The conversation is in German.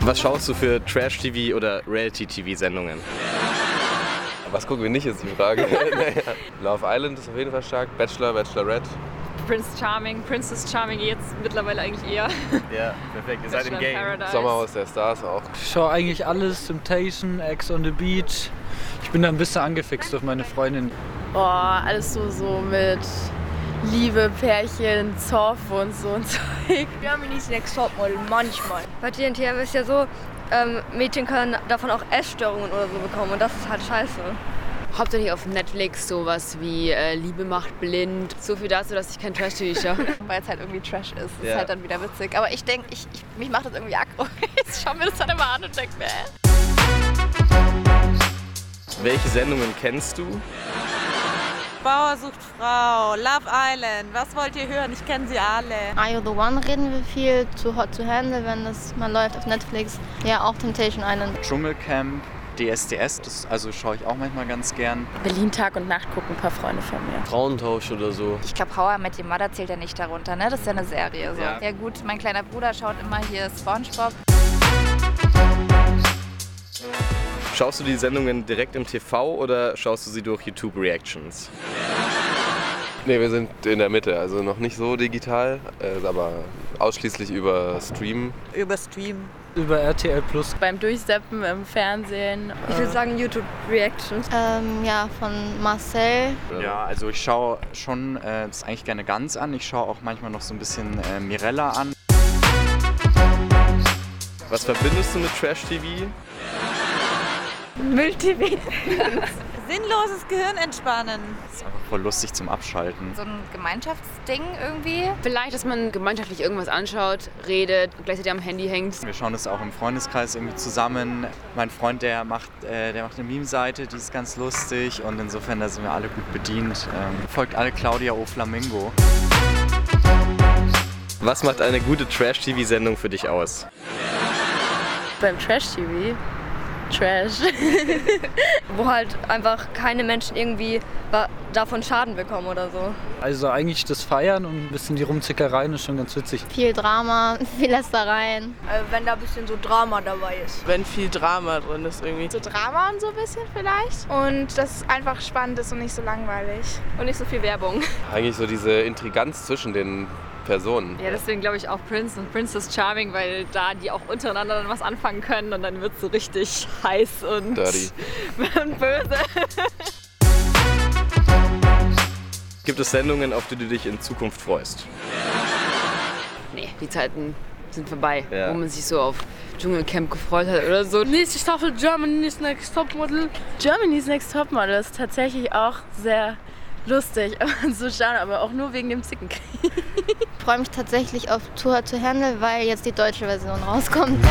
Was schaust du für Trash-TV oder Reality-TV-Sendungen? Was gucken wir nicht, ist die Frage. naja. Love Island ist auf jeden Fall stark. Bachelor, Bachelorette. Prince Charming, Princess Charming jetzt mittlerweile eigentlich eher. Ja, perfekt. Ihr Bachelor in Paradise. Sommerhaus der Stars auch. Ich schaue eigentlich alles, Temptation, Ex on the Beach. Ich bin da ein bisschen angefixt auf meine Freundin. Boah, alles so, so mit Liebe, Pärchen, Zoff und so ein Zeug. Germany's Next Topmodel, manchmal. Bei DNTM ist ja so, ähm, Mädchen können davon auch Essstörungen oder so bekommen und das ist halt scheiße. Hauptsächlich auf Netflix sowas wie äh, Liebe macht blind. So viel dazu, dass ich kein Trash-TV schaue. Weil es halt irgendwie Trash ist. Ist Ja. halt dann wieder witzig. Aber ich denke, ich, ich, mich macht das irgendwie aggro. Ich schaue mir das dann immer an und denke mir, äh. Welche Sendungen kennst du? Bauer sucht Frau, Love Island, was wollt ihr hören? Ich kenne sie alle. Are You The One reden wir viel, Too Hot To Handle, wenn das mal läuft auf Netflix. Ja, auch Temptation Island. Dschungelcamp, DSDS, das also schaue ich auch manchmal ganz gern. Berlin Tag und Nacht gucken ein paar Freunde von mir. Frauentausch oder so. Ich glaube, How I Met Your Mother zählt ja nicht darunter, ne? Das ist ja eine Serie. So. Ja. Ja. gut, mein kleiner Bruder schaut immer hier Spongebob. Schaust du die Sendungen direkt im TV oder schaust du sie durch YouTube-Reactions? Nee, wir sind in der Mitte, also noch nicht so digital, äh, aber ausschließlich über Stream. Über Stream. Über RTL Plus. Beim Durchseppen im Fernsehen. Ich würde sagen YouTube-Reactions. Ähm, ja, von Marcel. Ja, also ich schaue schon äh, das eigentlich gerne ganz an. Ich schaue auch manchmal noch so ein bisschen äh, Mirella an. Was verbindest du mit Trash-TV? Müll-TV. Sinnloses Gehirn entspannen. Ist einfach voll lustig zum Abschalten. So ein Gemeinschaftsding irgendwie. Vielleicht, dass man gemeinschaftlich irgendwas anschaut, redet und gleichzeitig am Handy hängt. Wir schauen das auch im Freundeskreis irgendwie zusammen. Mein Freund, der macht, äh, der macht eine Meme-Seite, die ist ganz lustig und insofern da sind wir alle gut bedient. Ähm, folgt alle Claudia O. Flamingo. Was macht eine gute Trash-TV-Sendung für dich aus? Beim Trash-TV. Trash. Wo halt einfach keine Menschen irgendwie wa- davon Schaden bekommen oder so. Also eigentlich das Feiern und ein bisschen die Rumzickereien ist schon ganz witzig. Viel Drama, viel Lästereien. Äh, wenn da ein bisschen so Drama dabei ist. Wenn viel Drama drin ist irgendwie. So Drama und so ein bisschen vielleicht. Und dass es einfach spannend ist und nicht so langweilig. Und nicht so viel Werbung. Eigentlich so diese Intriganz zwischen den Personen. Ja, deswegen glaube ich auch Prince und Princess Charming, weil da die auch untereinander dann was anfangen können und dann wird es so richtig heiß und, Dirty. und böse. Gibt es Sendungen, auf die du dich in Zukunft freust? Nee, die Zeiten sind vorbei, Ja. wo man sich so auf Dschungelcamp gefreut hat oder so. Nächste Staffel Germany's Next Topmodel. Germany's Next Topmodel ist tatsächlich auch sehr lustig um zu schauen, aber auch nur wegen dem Zickenkrieg. Ich freue mich tatsächlich auf Too Hot To Handle, weil jetzt die deutsche Version rauskommt.